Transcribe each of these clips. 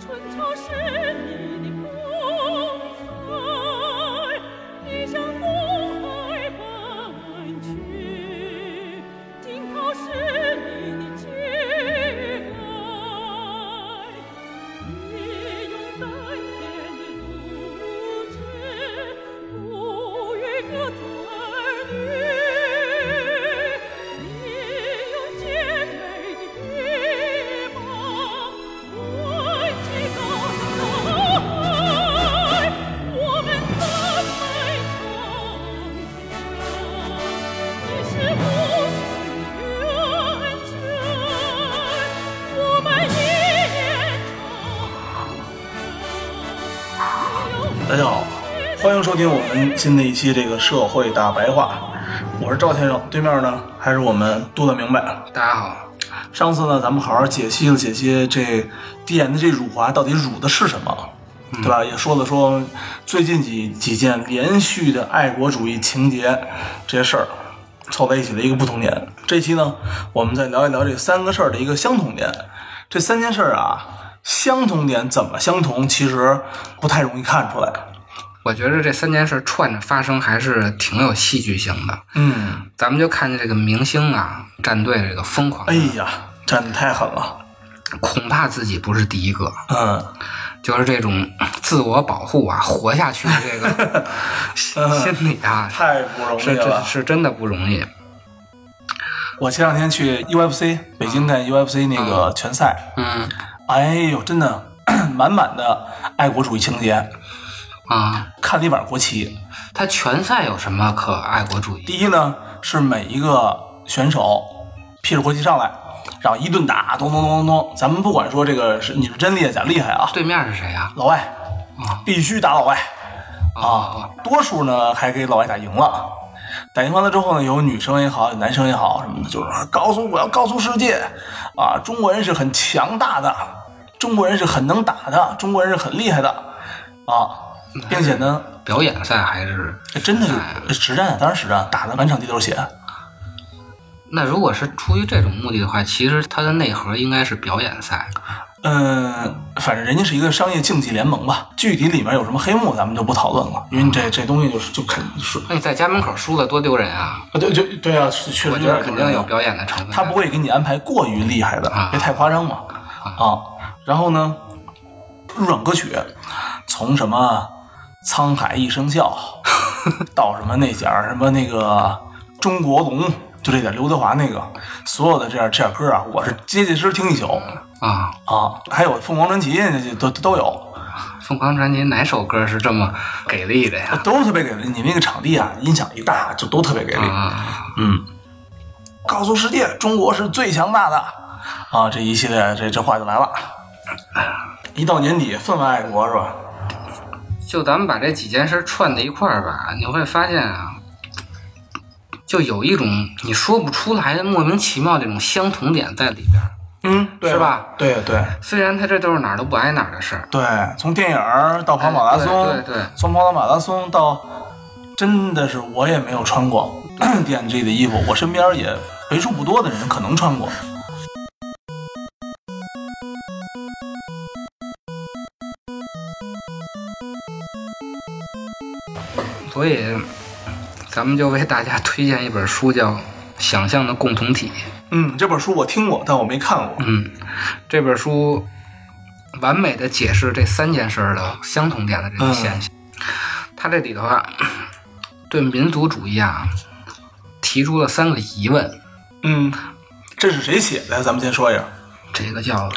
春潮是你的风采，你向东海奔去；惊涛是你的挚爱，你用丹田的组织哺育各子女，你用健美的臂膀。我去高海，我们赞美长江，你是无限的源泉，我们一念长江。大家好，欢迎收听我们新的一期这个社会大白话，我是赵先生，对面呢还是我们度的明白。大家好，上次呢，咱们好好解析了解析这低盐的这乳滑到底乳的是什么，嗯对吧？也说了说最近几几件连续的爱国主义情节这些事儿啊凑在一起的一个不同点。这期呢，我们再聊一聊这三个事儿的一个相同点。这三件事儿啊，相同点怎么相同，其实不太容易看出来。我觉得这三件事串着发生还是挺有戏剧性的。嗯，咱们就看见这个明星啊，战队这个疯狂，哎呀，真太狠了。恐怕自己不是第一个，嗯，就是这种自我保护啊，活下去的这 个心理啊，太不容易是是了。是真的不容易。我前两天去 UFC 北京看 UFC 那个拳赛。嗯哎呦，真的 满满的爱国主义情节，啊，看了一晚上国旗。他拳赛有什么可爱国主义？第一呢，是每一个选手披着国旗上来，然后一顿打，咚咚咚咚咚。咱们不管说这个是你是真厉害假厉害啊，对面是谁啊？老外必须打老外，啊哦，多数呢还给老外打赢了。啊打赢完了之后呢，有女生也好，有男生也好，什么的，就是告诉我要告诉世界，啊，中国人是很强大的，中国人是很能打的，中国人是很厉害的，啊，并且呢，哦表演赛还是？这真的啊是实战，啊当然实战，打的满场地都是血。那如果是出于这种目的的话，其实它的内核应该是表演赛。嗯，反正人家是一个商业竞技联盟吧，具体里面有什么黑幕咱们就不讨论了，因为这这东西就是就肯是那你在家门口输了多丢人啊！啊，对就对啊，是确我实觉有得点肯定有不容易表演的成分。他不会给你安排过于厉害的啊，别太夸张嘛啊。然后呢，入场歌曲从什么《沧海一声 笑》到什么那点儿什么那个《中国龙》，就这点刘德华那个所有的这样这点歌啊，我是结结实实听一宿。啊，啊，还有凤凰传奇这些都都有， 《凤凰传奇》哪首歌是这么给力的呀？都特别给力。你那个场地啊，音响一大，就都特别给力。啊，嗯，告诉世界，中国是最强大的啊！这一系列这这话就来了。一到年底，分外爱国是吧？就咱们把这几件事串在一块儿吧，你会发现啊，就有一种你说不出来的莫名其妙这种相同点在里边儿。嗯，对啊是吧？对对虽然它这都是哪儿都不挨哪儿的事儿，对，从电影儿到跑马拉松，哎对对对从跑马拉松到真的是我也没有穿过 DMG 的衣服，我身边也为数不多的人可能穿过。所以咱们就为大家推荐一本书，叫《想象的共同体》。嗯，这本书我听过，但我没看过。嗯，这本书完美的解释这三件事儿的相同点的这个现象。它这里头啊，对民族主义啊提出了三个疑问，嗯，这是谁写的？咱们先说一下，这个叫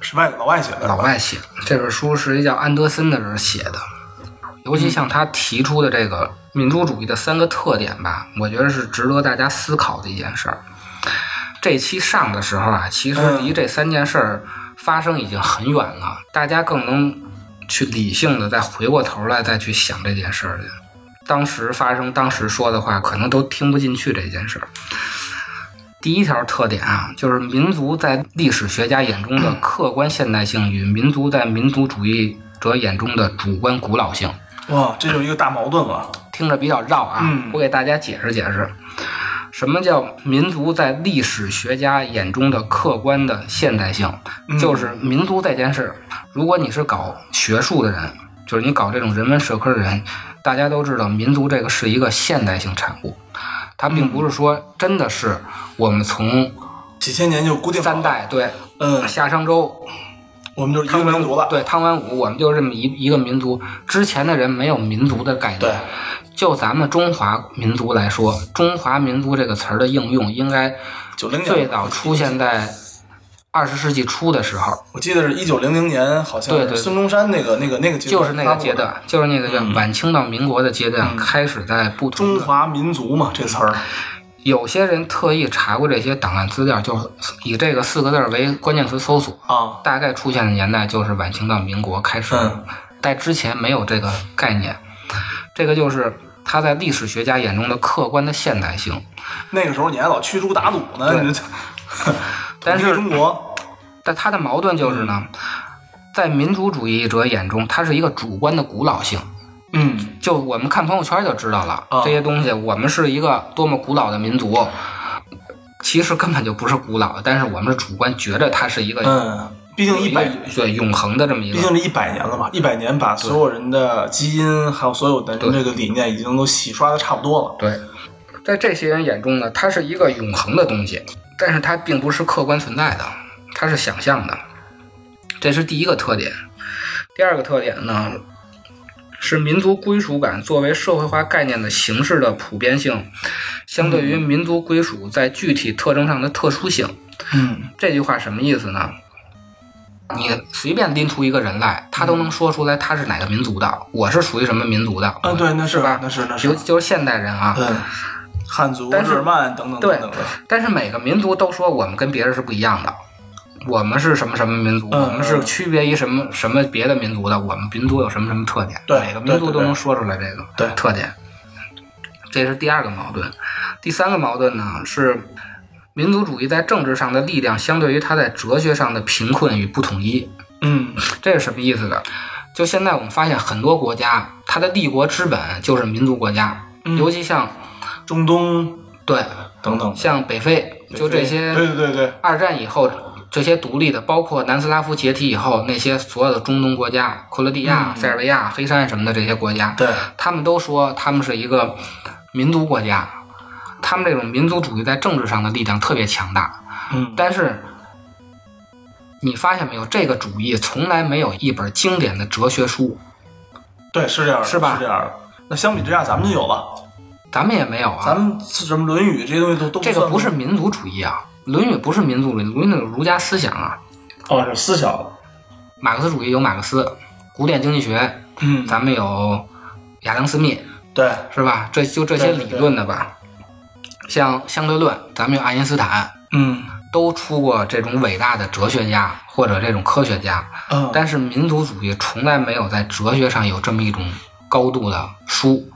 是外老外写的。老，外写的。这本书是一叫安德森的人写的，尤其像他提出的这个民族主义的三个特点吧，我觉得是值得大家思考的一件事儿。这期上的时候啊，其实离这三件事儿发生已经很远了，大家更能去理性的再回过头来再去想这件事儿去。当时发生，当时说的话，可能都听不进去这件事儿。第一条特点啊，就是民族在历史学家眼中的客观现代性与民族在民族主义者眼中的主观古老性。哇，这就是一个大矛盾啊了。听着比较绕啊，嗯我给大家解释解释，什么叫民族在历史学家眼中的客观的现代性？嗯就是民族这件事，如果你是搞学术的人，就是你搞这种人文社科的人，大家都知道，民族这个是一个现代性产物，它并不是说真的是我们从几千年就固定好了三，代对呃嗯，夏商周我们就是一个民族了。对，汤湾舞，我们就这么一一个民族。之前的人没有民族的概念。对，就咱们中华民族来说，中华民族这个词儿的应用，应该九零最年，早出现在二十世纪初的时候，我记得是一九零零年，好像对是对孙中山那个那个那个阶段就是那个阶段，就是那个叫晚清到民国的阶段，开始在不同嗯中的。华民族嘛这词儿，嗯有些人特意查过这些档案资料，就是以这个四个字儿为关键词搜索，啊，大概出现的年代就是晚清到民国开始嗯，在之前没有这个概念。这个就是他在历史学家眼中的客观的现代性。那个时候你还老驱逐打弩呢，对你这但是统一中国但他的矛盾就是呢，嗯在民族主义者眼中，它是一个主观的古老性。嗯，就我们看朋友圈就知道了，啊这些东西我们是一个多么古老的民族。其实根本就不是古老的，但是我们是主观觉着它是哎一个嗯，毕竟一百，对永恒的这么一毕竟个这一百年了嘛，一百年把所有人的基因还有所有的人对这个理念已经都洗刷的差不多了。对，在这些人眼中呢，它是一个永恒的东西，但是它并不是客观存在的，它是想象的，这是第一个特点。第二个特点呢，是民族归属感作为社会化概念的形式的普遍性，相对于民族归属在具体特征上的特殊性。嗯，这句话什么意思呢？你随便拎出一个人来，他都能说出来他是哪个民族的，我是属于什么民族的。啊，对，那是是吧那是那是尤，就是现代人啊，嗯，汉族、但是日漫等等等等的，但是每个民族都说我们跟别人是不一样的，我们是什么什么民族，嗯我们是区别于什么什么别的民族的，我们民族有什么什么特点，对每个民对族对都对能说出来这个对特点。这是第二个矛盾，第三个矛盾呢是民族主义在政治上的力量相对于它在哲学上的贫困与不统一，嗯，这是什么意思呢？就现在我们发现很多国家，它的立国之本就是民族国家，嗯尤其像中东对等等，像北非，就这些对对对对，二战以后，这些独立的，包括南斯拉夫解体以后，那些所有的中东国家，克罗地亚、塞尔维亚、黑山什么的这些国家，嗯对，他们都说他们是一个民族国家，他们这种民族主义在政治上的力量特别强大。嗯，但是，你发现没有，这个主义从来没有一本经典的哲学书，对，是这样的，是吧是这样的。那相比之下，咱们就有了，咱们也没有啊。咱们什么《论语》这些东西都都这个算不是民族主义啊，《论语》不是民族主义，《论语》有儒家思想啊，哦，是思想了，马克思主义有马克思，古典经济学嗯，咱们有亚当斯密对，是吧？这就这些理论的吧，像相对论，咱们有爱因斯坦，嗯都出过这种伟大的哲学家或者这种科学家，嗯，但是民族主义从来没有在哲学上有这么一种高度的书。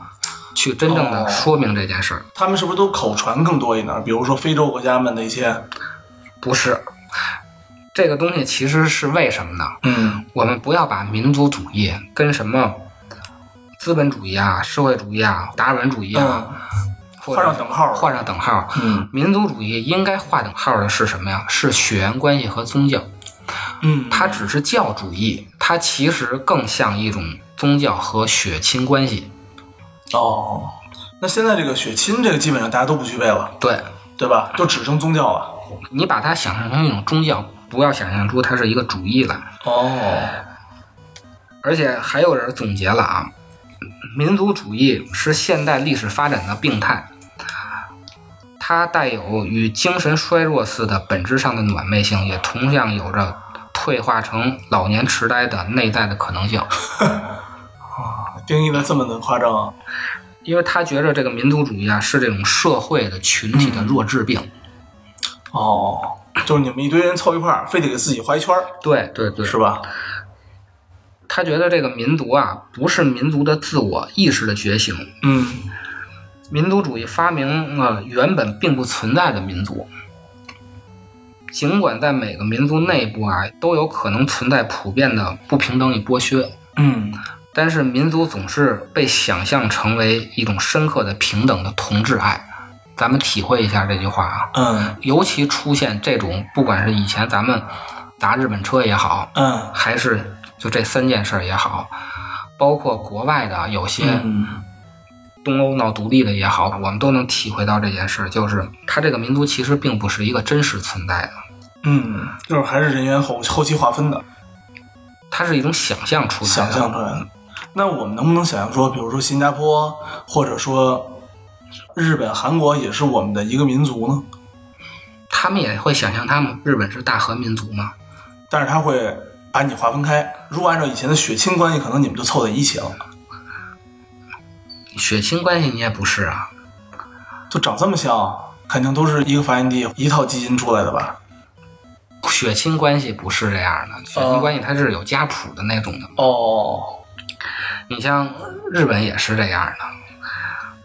去真正的哦说明这件事儿，他们是不是都口传更多一点？比如说非洲国家们的一些，不是这个东西，其实是为什么呢？嗯我们不要把民族主义跟什么资本主义啊、社会主义啊、达尔文主义啊，嗯或画者上等号画上等号。嗯民族主义应该划等号的是什么呀？是血缘关系和宗教，嗯，它只是教主义，它其实更像一种宗教和血亲关系。哦，那现在这个血亲这个基本上大家都不具备了，对对吧？就只剩宗教了。你把它想象成一种宗教，不要想象出它是一个主义来。哦，而且还有人总结了啊，民族主义是现代历史发展的病态，它带有与精神衰弱似的本质上的暖昧性，也同样有着退化成老年痴呆的内在的可能性。定义的这么的夸张啊？因为他觉着这个民族主义啊是这种社会的群体的弱智病。哦，就是你们一堆人凑一块儿，非得给自己画一圈儿，对对对，是吧？他觉得这个民族啊不是民族的自我意识的觉醒，嗯，民族主义发明了原本并不存在的民族，尽管在每个民族内部啊都有可能存在普遍的不平等与剥削，嗯，但是民族总是被想象成为一种深刻的平等的同质爱。咱们体会一下这句话啊，嗯尤其出现这种，不管是以前咱们砸日本车也好，嗯还是就这三件事儿也好，包括国外的有些嗯东欧闹独立的也好，我们都能体会到这件事儿，就是它这个民族其实并不是一个真实存在的，嗯，就是还是人员后后期划分的，它是一种想象出来的。想象出来的。那我们能不能想象说，比如说新加坡，或者说日本、韩国，也是我们的一个民族呢？他们也会想象他们日本是大和民族嘛，但是他会把你划分开。如果按照以前的血亲关系，可能你们就凑在一起了，血亲关系你也不是啊，就长这么像，肯定都是一个发源地、一套基因出来的吧？血亲关系不是这样的，血亲关系它是有家谱的那种的。哦，你像日本也是这样的，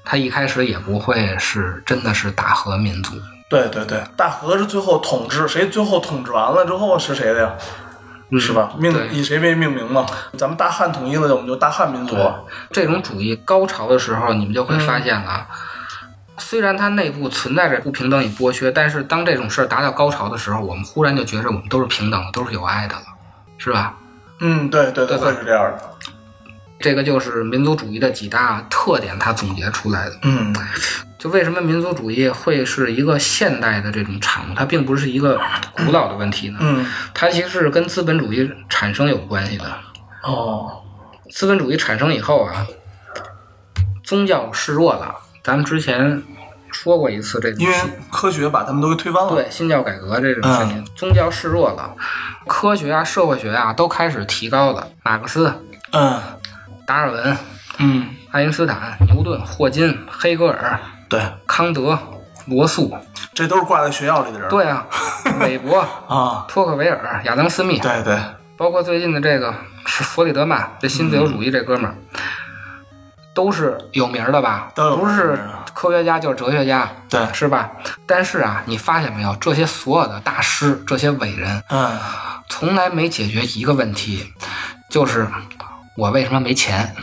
他一开始也不会是真的是大和民族，对对对，大和是最后统治，谁最后统治完了之后是谁的呀？是吧？命嗯对以谁为命名嘛？咱们大汉统一了，我们就大汉民族。对这种主义高潮的时候，你们就会发现了，虽然它内部存在着不平等与剥削，但是当这种事儿达到高潮的时候，我们忽然就觉着我们都是平等的，都是有爱的了，是吧？嗯，对对对，对吧会是这样的。这个就是民族主义的几大特点，它总结出来的。嗯就为什么民族主义会是一个现代的这种产物，它并不是一个古老的问题呢？嗯，它其实是跟资本主义产生有关系的。哦，资本主义产生以后啊，宗教示弱了。咱们之前说过一次这种因为嗯科学把他们都给推翻了。对新教改革这种事情，宗教示弱了，科学啊、社会学啊都开始提高了。马克思、嗯达尔文、嗯，爱因斯坦、牛顿、霍金、黑格尔、对，康德、罗素，这都是挂在学校里的人。对啊，韦伯、啊，托克维尔、亚当斯密，对对，包括最近的这个是弗里德曼，这新自由主义这哥们儿，都是有名儿的吧？嗯都有名不儿啊是科学家就是哲学家，对是吧？但是啊，你发现没有，这些所有的大师，这些伟人，嗯从来没解决一个问题，就是我为什么没钱？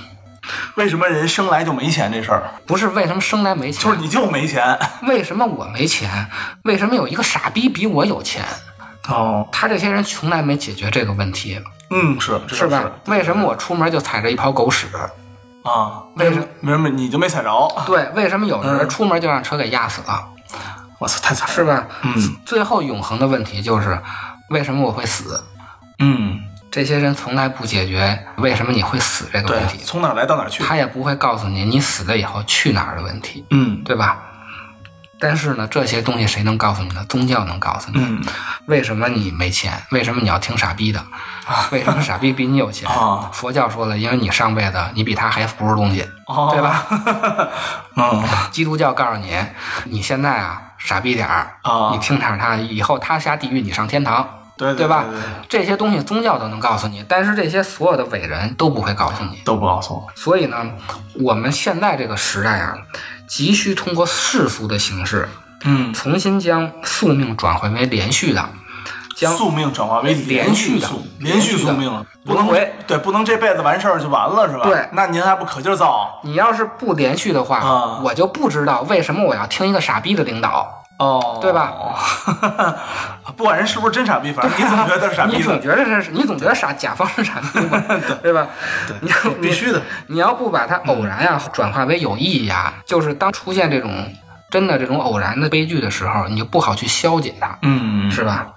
为什么人生来就没钱这事儿？不是为什么生来没钱，就是你就没钱。为什么我没钱？为什么有一个傻逼比我有钱？哦，他这些人从来没解决这个问题， 嗯，是这是倒吧？为什么我出门就踩着一泡狗屎？啊，为什为什么你就没踩着？啊 对，为什么有的嗯人出门就让车给压死了？我操，太惨了。是吧？嗯最后永恒的问题就是，为什么我会死？嗯，这些人从来不解决为什么你会死这个对问，题，从哪儿来到哪儿去。他也不会告诉你你死了以后去哪儿的问题，嗯对吧？但是呢，这些东西谁能告诉你呢？宗教能告诉你，嗯为什么你没钱？为什么你要听傻逼的？为什么傻逼比你有 钱？啊佛教说了，因为你上辈子你比他还不是东西。哦，对吧？ 嗯 基督教告诉你，你现在啊傻逼点儿啊你听着他，以后他下地狱，你上天堂，对对对吧对对对？这些东西宗教都能告诉你，但是这些所有的伟人都不会告诉你。都不告诉我。所以呢，我们现在这个时代啊，急需通过世俗的形式，嗯，重新将宿命转回为连续的，将宿命转化为连连续的宿，连续连续的宿命了，不轮能回对，不能这辈子完事儿就完了是吧？对那您还不可劲儿造你要是不连续的话，啊我就不知道为什么我要听一个傻逼的领导。哦对吧？ 不管人是不是真傻逼，反正你总觉得是傻啊你逼总的，觉得这是，你总觉得傻，甲方是傻逼 嘛，对吧？你必须的。你要不把它偶然呀、转化为有意呀、就是当出现这种真的这种偶然的悲剧的时候，你就不好去消解它，嗯，是吧？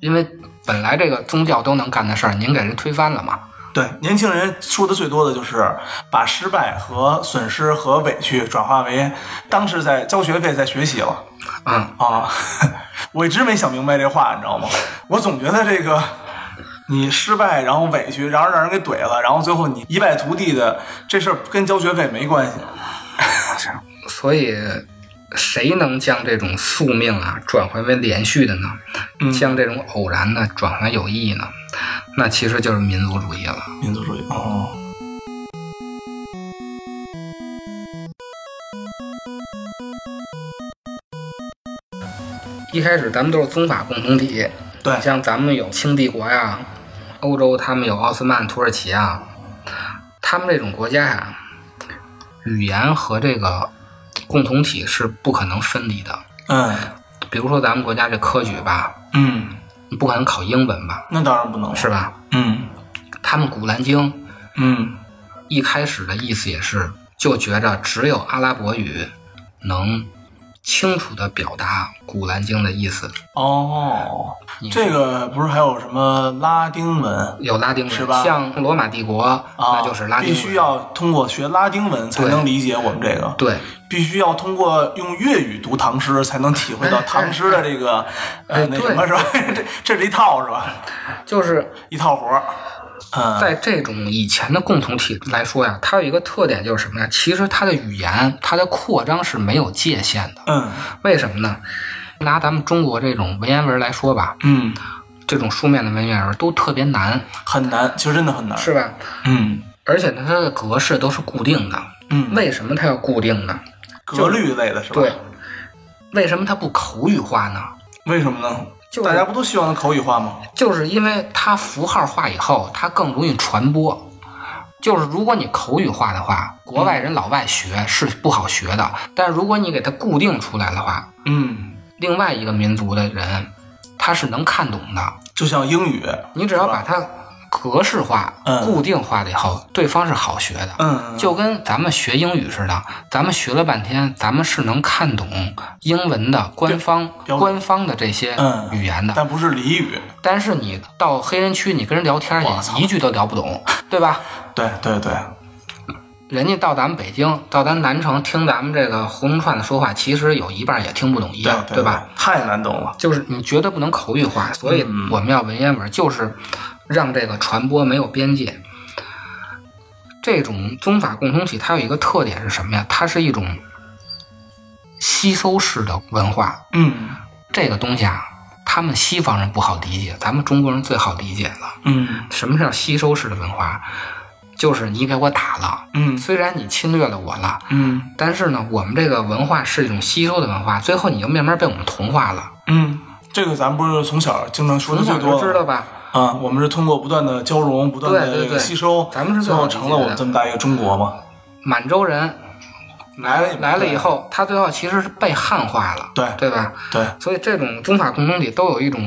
因为本来这个宗教都能干的事儿，您给人推翻了嘛？对，年轻人说的最多的就是把失败和损失和委屈转化为当是在交学费，在学习了啊、啊！ 我一直没想明白这话，你知道吗？我总觉得这个你失败，然后委屈，然后让人给怼了，然后最后你一败涂地的这事儿跟交学费没关系。所以谁能将这种宿命啊转回为连续的呢？将这种偶然呢转回有意呢？那其实就是民族主义了。民族主义哦，一开始咱们都是宗法共同体，对，像咱们有清帝国呀，欧洲他们有奥斯曼土耳其啊，他们这种国家呀，语言和这个共同体是不可能分离的。嗯比如说咱们国家这科举吧，嗯，你不可能考英文吧，那当然不能了，是吧？嗯他们《古兰经》嗯一开始的意思也是，就觉着只有阿拉伯语能清楚地表达《古兰经》的意思，哦你，这个不是还有什么拉丁文？有拉丁是文，吧像罗马帝国、啊，那就是拉丁必文，须要通过学拉丁文才对能理解我们这个，对必须要通过用粤语读唐诗才能体 会到唐诗的这个哎呃那什么对是吧？ 这这是一套是吧？就是一套活儿，嗯在这种以前的共同体来说呀，它有一个特点就是什么呀？其实它的语言它的扩张是没有界限的。嗯为什么呢？拿咱们中国这种文言文来说吧，嗯，这种书面的文言文都特别难，很难，其实真的很难，是吧？嗯而且呢，它的格式都是固定的。嗯，为什么它要固定呢？格律类的是吧？对，，为什么它不口语化呢？为什么呢？就是大家不都希望它口语化吗？就是因为它符号化以后，它更容易传播。就是如果你口语化的话，国外人老外学是不好学的，但如果你给它固定出来的话，嗯，另外一个民族的人他是能看懂的。就像英语，你只要把它格式化、嗯固定化了以后，对方是好学的。嗯，就跟咱们学英语似的，咱们学了半天，咱们是能看懂英文的官方标准官方的这些嗯语言的，但不是俚语，但是你到黑人区，你跟人聊天我操也一句都聊不懂， 对吧？对对对，人家到咱们北京，到咱南城听咱们这个胡同串子说话，其实有一半也听不懂一对样，对嗯吧？？太难懂了，就是你绝对不能口语化，所以我们要文言文，就是让这个传播没有边界。这种宗法共同体，它有一个特点是什么呀？它是一种吸收式的文化，嗯这个东西啊，他们西方人不好理解，咱们中国人最好理解了。嗯什么叫吸收式的文化？就是你给我打了，嗯虽然你侵略了我了，嗯但是呢，我们这个文化是一种吸收的文化，最后你就慢慢被我们同化了。嗯，这个咱们不是从小经常说的从最小多就的知道吧？啊，我们是通过不断的交融、不断对对的对吸收，咱们是最最好后理解的成了我们这么大一个中国嘛。满洲人来了嗯来了以，后，他最后其实是被汉化了，对对吧？对，所以这种中法共同体都有一种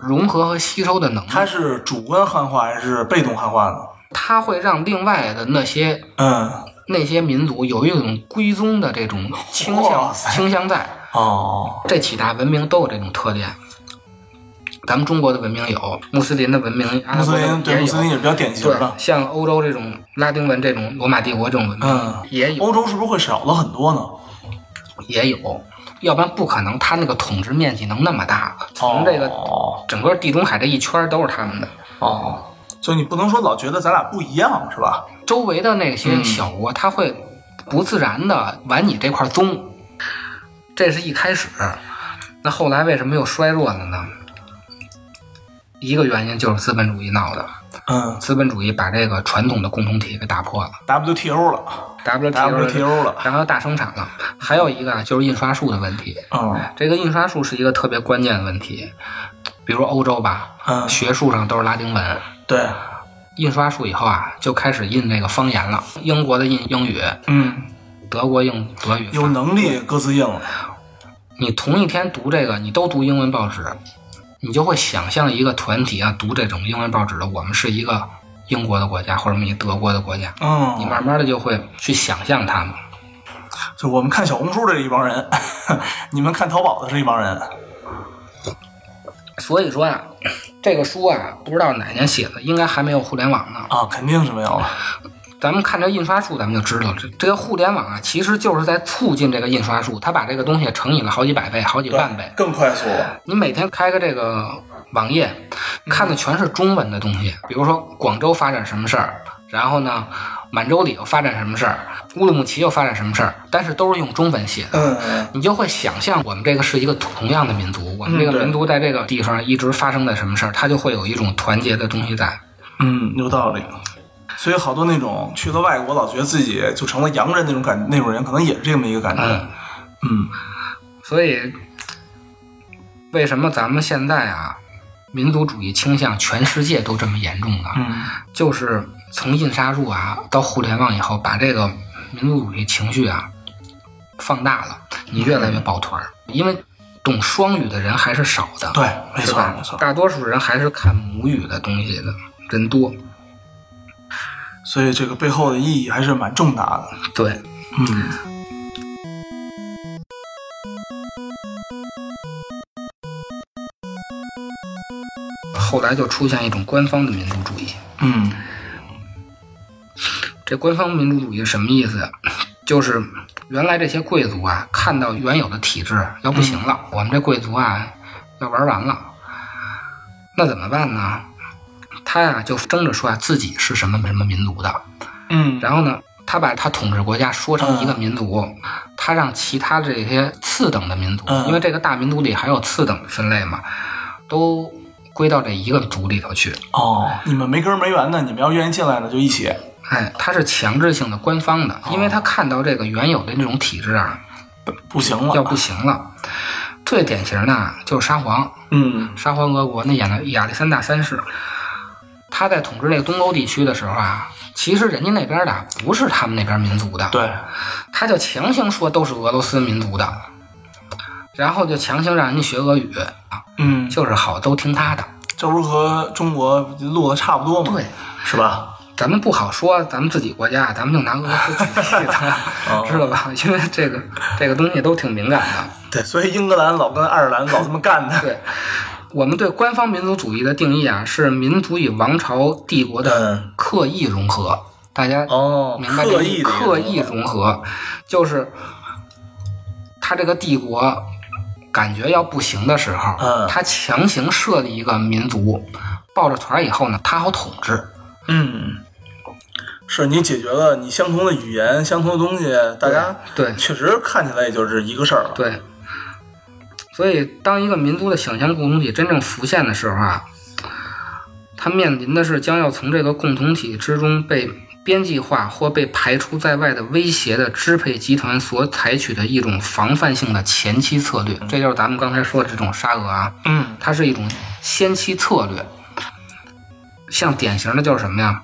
融合和吸收的能它力，是主观汉化还是被动汉化呢？它会让另外的那些嗯，那些民族有一种归宗的这种倾哇向塞倾向在。哦，这几大文明都有这种特点。咱们中国的文明有，穆斯林的文明，阿穆拉斯伯的林对啊也穆斯林有。也是比较典型对的，。像欧洲这种拉丁文这种罗马帝国这种文嗯明也有欧洲是不是会少了很多呢？哦也有，要不然不可能他那个统治面积能那么大，从这个哦整个地中海这一圈都是他们的，哦，所以你不能说老觉得咱俩不一样是吧？周围的那嗯些小国，他会不自然的往你这块宗，这是一开始。那后来为什么又衰弱了呢？一个原因就是资本主义闹的，嗯资本主义把这个传统的共同体给打破了，WTO 了，WTO， ，WTO 了，然后大生产了。还有一个啊，就是印刷术的问题，嗯这个印刷术是一个特别关键的问题。比如欧洲吧，嗯，学术上都是拉丁文，对，印刷术以后啊，就开始印这个方言了。英国的印英语，嗯，德国印德语，有能力各自硬了，你同一天读这个，你都读英文报纸，你就会想象一个团体啊，读这种英文报纸的，我们是一个英国的国家，或者我们一个德国的国家，嗯，你慢慢的就会去想象他们。就我们看小红书这一帮人，你们看淘宝的是一帮人。所以说啊，这个书啊，不知道哪年写的，应该还没有互联网呢。啊，肯定是没有了。咱们看这印刷术，咱们就知道这这个互联网啊，其实就是在促进这个印刷术，它把这个东西乘以了好几百倍、好几万倍。更快速了。你每天开个这个网页，看的全是中文的东西，比如说广州发展什么事儿，然后呢，满洲里又发展什么事儿，乌鲁木齐又发展什么事儿，但是都是用中文写的。嗯，你就会想象我们这个是一个同样的民族，我们这嗯个对民族在这个地方一直发生的什么事儿，它就会有一种团结的东西在。嗯，有道理。所以好多那种去了外国，老觉得自己就成了洋嗯人那种感，那种人可能也是这么一个感觉。嗯，嗯所以为什么咱们现在啊，民族主义倾向全世界都这么严重呢？嗯就是从印刷术啊到互联网以后，把这个民族主义情绪啊放大了，你越来越抱团儿，因为懂双语的人还是少的，嗯对，没是错吧没错。大多数人还是看母语的东西的人多，所以这个背后的意义还是蛮重大的。对，嗯，后来就出现一种官方的民族主义，嗯这官方民主主义是什么意思 呀？就是原来这些贵族啊，看到原有的体制要不行嗯了，我们这贵族啊要玩完了，那怎么办呢？他呀、就争着说啊自己是什么什么民族的，嗯，然后呢，他把他统治国家说成一个嗯民族，他让其他这些次等的民族，嗯因为这个大民族里还有次等分类嘛，都归到这一个族里头去。哦，你们没根儿没源的，你们要愿意进来呢就一起。哎，它是强制性的、官方的，因为他看到这个原有的这种体制啊，不行了，要不行了。最典型的就是沙皇，嗯沙皇俄国那演的亚历山大三世，他在统治这个东欧地区的时候啊，其实人家那边的不是他们那边民族的，对，他就强行说都是俄罗斯民族的，然后就强行让人家学俄语，啊嗯，就是好都听他的。这不是和中国录的差不多吗？对，是吧？咱们不好说，咱们自己国家，咱们就拿俄罗斯举例 哦子，知道吧？因为这个这个东西都挺敏感的。 对，所以英格兰老跟爱尔兰老这么干 的。对，我们对官方民族主义的定义啊，是民族与王朝、帝国的嗯刻意融合。大家 哦明白这刻个意的刻意融合，就是他这个帝国感觉要不行的时候，嗯他强行设立一个民族，抱着团儿以后呢，他好统治。嗯，是你解决了你相同的语言、相同的东西，大家对确实看起来也就是一个事儿了。对，所以当一个民族的想象共同体真正浮现的时候啊，它面临的是将要从这个共同体之中被边际化或被排除在外的威胁的支配集团所采取的一种防范性的前期策略，这就是咱们刚才说的这种沙俄啊，嗯它是一种先期策略。像典型的就是什么呀？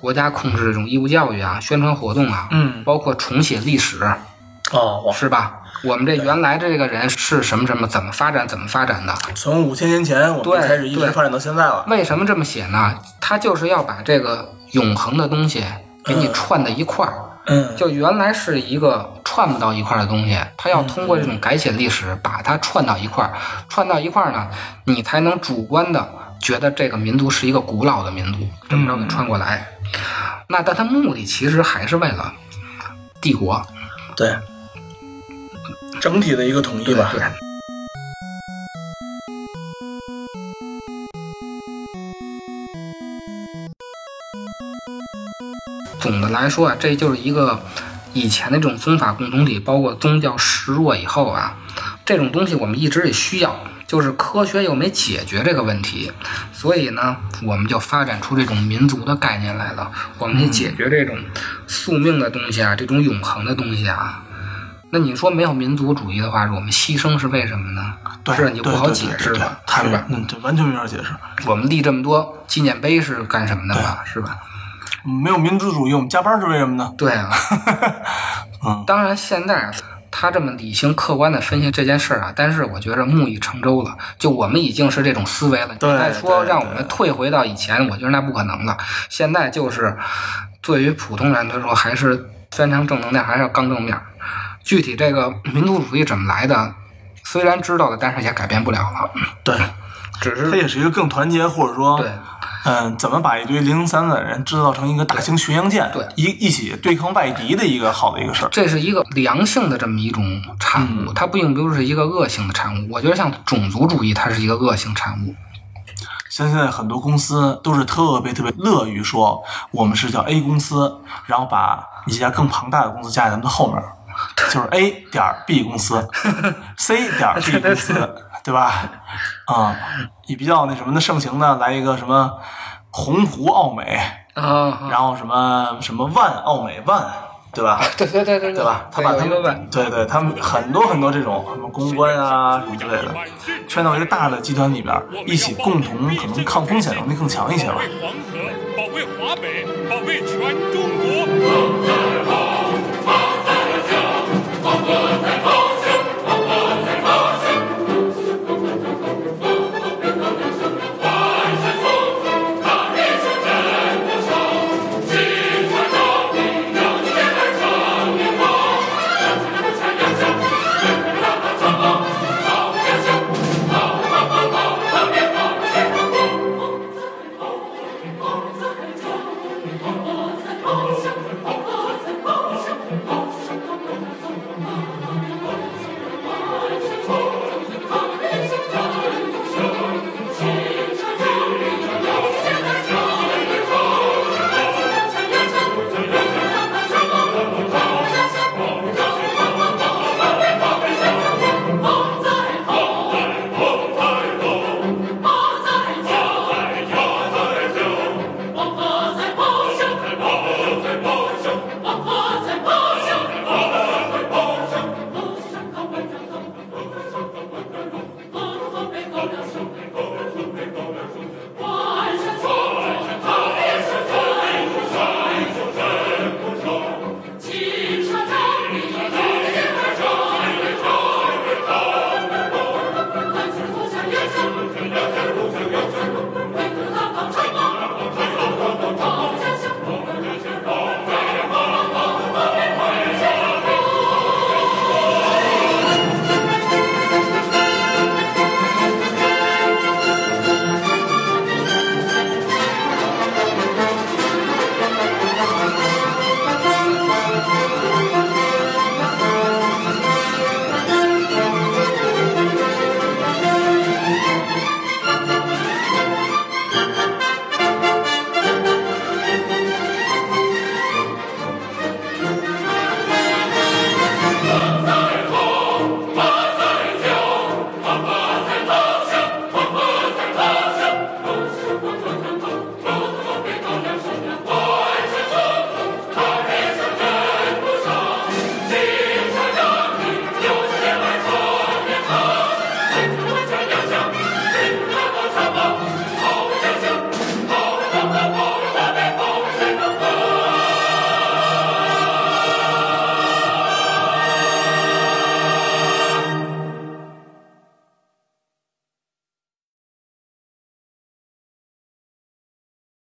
国家控制这种义务教育啊、宣传活动啊，嗯，包括重写历史，哦，我是吧？我们这原来这个人是什么什么，怎么发展，怎么发展的？从五千年前我们就对开始一直对发展到现在了。为什么这么写呢？他就是要把这个永恒的东西给你串在一块儿。嗯，就原来是一个串不到一块儿的东西，他要通过这种改写历史把它串到一块儿，串到一块儿呢，你才能主观的觉得这个民族是一个古老的民族，这么着给串过来。那但他目的其实还是为了帝国，对，整体的一个统一吧。嗯对。总的来说啊，这就是一个以前的这种宗法共同体，包括宗教示弱以后啊，这种东西我们一直也需要，就是科学又没解决这个问题，所以呢，我们就发展出这种民族的概念来了，我们去解决这种宿命的东西啊，这种永恒的东西啊，那你说没有民族主义的话，我们牺牲是为什么呢？对，是你不对好对解对释对吧？太是没吧？嗯，对，完全没法解释。我们立这么多纪念碑是干什么的吧？是吧？没有民族主义，我们加班是为什么呢？ 对啊。当然，现在啊他这么理性客观的分析这件事儿啊，但是我觉着木已成舟了。就我们已经是这种思维了，你对再说对让我对们退回到以前，我觉得那不可能了。现在就是对于普通人来说，还是非常正能量，还是要刚正面儿。具体这个民族主义怎么来的，虽然知道了，但是也改变不了了。对，只是它也是一个更团结，或者说，对嗯，怎么把一堆零零散散的人制造成一个大型巡洋舰，对一一起对抗外敌的一个好的一个事儿。这是一个良性的这么一种产物，它并不是一个恶性的产物。我觉得像种族主义，它是一个恶性产物。像现在很多公司都是特别特别乐于说，我们是叫 A 公司，然后把一家更庞大的公司加在咱们的后面儿，就是 A 点儿 B 公 司，C 点儿 B 公司，对吧？啊、以比较那什么的盛行呢，来一个什么鸿湖奥美，啊，然后什么什么万奥美万，嗯对吧？对对对对对吧？他把他有一个们问，对对，他们很多很多这种什么公关啊什么之类的，圈到一个大的集团里边，一起共同可能抗风险能力更强一些吧保。卫黄河，保卫华北，保卫全中国。走在后